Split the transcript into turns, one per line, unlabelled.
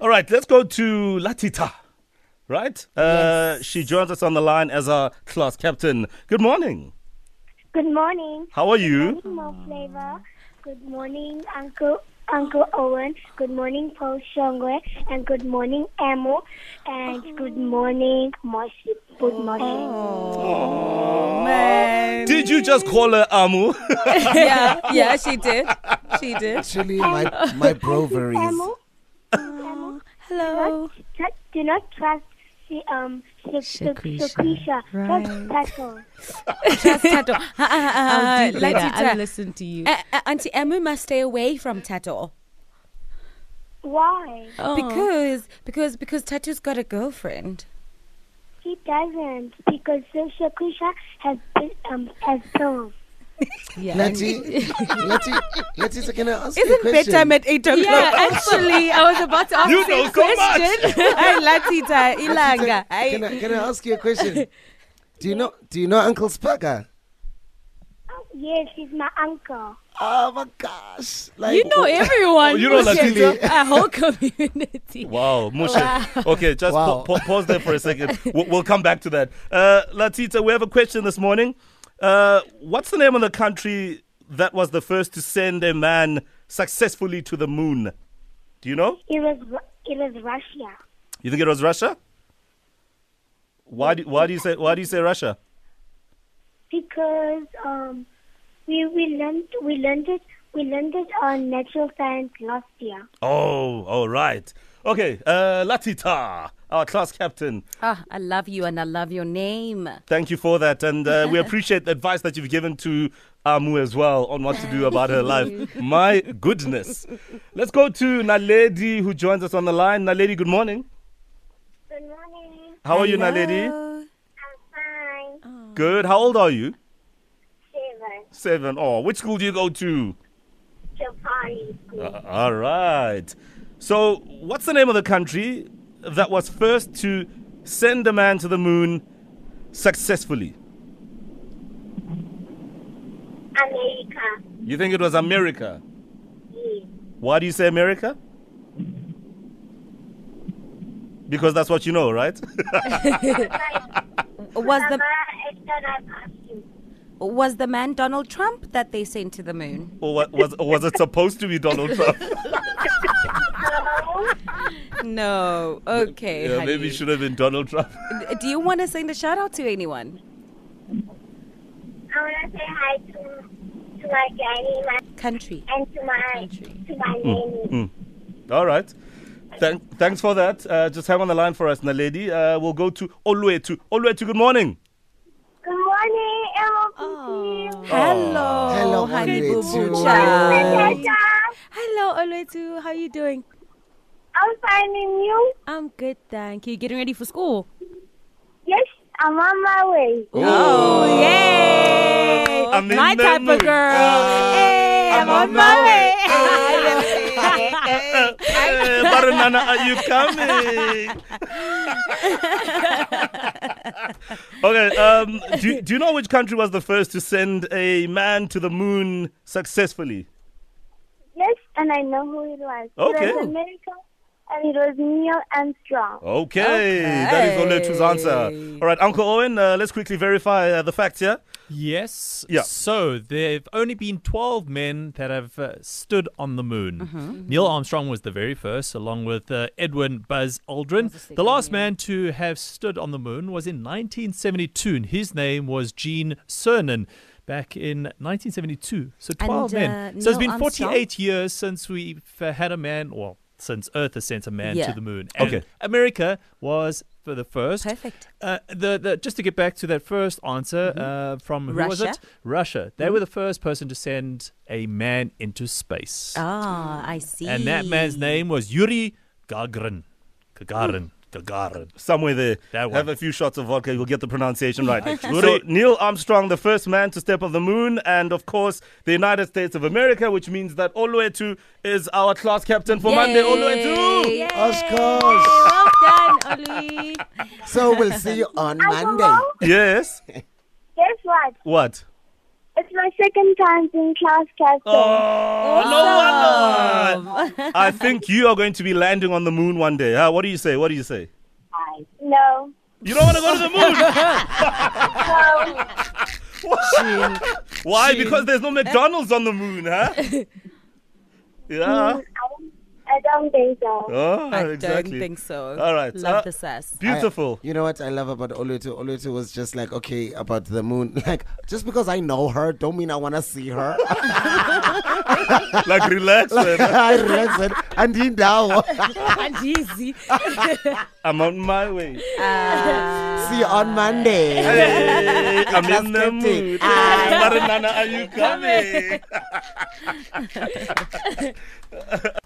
All right, let's go to Latita. Right? Uh,
Yes.
She joins us on the line as our class captain. Good morning.
Good morning.
How are you?
Morning, Mo Flavor. Good morning, Uncle Uncle Owen. Good morning, Paul Shongwe. And good morning, Amo. And good morning, Moshi. Good morning.
Man.
Did you just call her Amu? Oh.
yeah, yeah, she did. She did.
Actually, my my broveries.
Amo, Amo,
Hello.
tr- do not trust the um Shakisha. Trust Tato.
Just Tato. Ha, ha, ha, ha.
I'll do
Like
better.
you
I'll
ta-
listen to you.
A- a- Auntie Emu must stay away from Tato
Why?
Oh. because because because Tato's got a girlfriend.
He doesn't because Shakisha has been, um has pills.
Yeah.
Letty, Letty, Letty, so can I ask you a
Isn't
question?
bedtime at eight o'clock?
Yeah, actually, I was about to ask
You
the
know
same
so much.
question.
Hi, Latita,
Letty,
Ilanga.
can,
Hi.
I, can I ask you a question? Do you know Do you know Uncle Spaga?
Oh, yes, he's my uncle.
Oh my gosh! Like
You know everyone.
Oh, You know
Moshe.
Latita?
A whole community.
Wow, Moshe. Okay, just
Wow.
pa- pa- pause there for a second. We'll, we'll come back to that. Uh, Latita, we have a question this morning. Uh, what's the name of the country that was the first to send a man successfully to the moon? Do you know?
It was Ru- it was Russia.
You think it was Russia? Why do, why do you say why do you say Russia?
because um, we we learned we learned it we learned it on natural science last year.
Oh, all right. Okay, uh, Latita, our class captain.
Ah, I love you and I love your name.
Thank you for that, and uh, we appreciate the advice that you've given to Amu as well on what to do about her life. My goodness. Let's go to Naledi, who joins us on the line. Naledi, good morning.
Good morning.
How are you, Naledi?
Hello.
I'm fine.
Good. How old are you?
Seven.
Seven. Oh, which school do you go to?
Safari.
Uh, all right. So, what's the name of the country that was first to send a man to the moon successfully?
America.
You think it was America?
Yes.
Why do you say America? Because that's what you know, right?
Was the
Mama, I thought I'd ask you.
was the man Donald Trump that they sent to the moon?
or wa- was or was it supposed to be Donald Trump?
Hello?
No. Okay.
yeah, maybe it
honey.
should have been Donald Trump.
Do you want to send a shout out to anyone?
I want to say hi to, to my daddy my,
Country.
and to my to my nanny.
All right. Thank, thanks for that. Uh, just hang on the line for us, Naledi. Uh, we'll go to Olwetu. Olwetu, good morning.
Good morning,
Oh.
MOPC.
Hello.
Hello,
honey
Olwetu.
boo-boo
Hi,
child. Hello, Olwetu. How you doing?
I'm finding you.
I'm good, thank you. Getting ready for school.
Yes, I'm on my way.
Oh, yay!
I'm in
My
the
type
mood.
of girl.
Ah,
hey, I'm,
on
on
my
my
way.
way.
Uh, hey, Baranana, are you coming? okay, um, do, do you know which country was the first to send a man to the moon successfully?
Yes, and I know who it was.
Okay. Oh.
It was America, and it was Neil Armstrong.
Okay, that is Oletu's answer. All right, Uncle Owen, uh, let's quickly verify uh, the facts here.
Yes.
Yeah.
So there have only been 12 men that have uh, stood on the moon.
Mm-hmm.
Neil Armstrong was the very first, along with uh, Edwin Buzz Aldrin. The, last man to have stood on the moon was in 1972, and his name was Gene Cernan. Back in 1972, so 12
And,
men.
uh,
so it's
Neil
been 48 years since we've uh, had a man, well, since Earth has sent a man
Yeah.
to the moon. And
Okay.
America was for the first.
Perfect.
Uh, the, the just to get back to that first answer uh, from who was it?
Mm-hmm. Russia. Mm-hmm.
Russia. They were the first person to send a man into space,
Ah, I see.
and that man's name was Yuri Gagarin. Gagarin. Gagarin.
Somewhere there.
That one.
Have a few shots of vodka, you'll get the pronunciation right. so,
Yuri.
Neil Armstrong, the first man to step on the moon, and of course, the United States of America, which means that Oluetu is our class captain for Monday. Oluetu!
Yay.
Of course.
Well done, Oli.
So we'll see you on
Uncle
Monday.
Mo,
Yes.
guess what?
What?
It It's my second time in class, Captain.
Oh, no wonder. I think you are going to be landing on the moon one day. Huh? What do you say? What do you say?
No.
You don't want to go to the moon. Why? Because there's no McDonald's on the moon, huh? Yeah.
I don't, I don't think so.
Oh,
I
exactly.
don't think so.
All right,
Love
uh,
the sass.
Beautiful.
I- you know what I love about Olutu? Olutu was just like, okay, about the moon. Like, just because I know her, don't mean I want to see her.
like relax. man.
I relax it. And in now,
And
Ah,
easy.
I'm on my way.
see you on Monday.
Hey, I'm in the
Just kidding.
mood. Hey, Marinana, are you coming?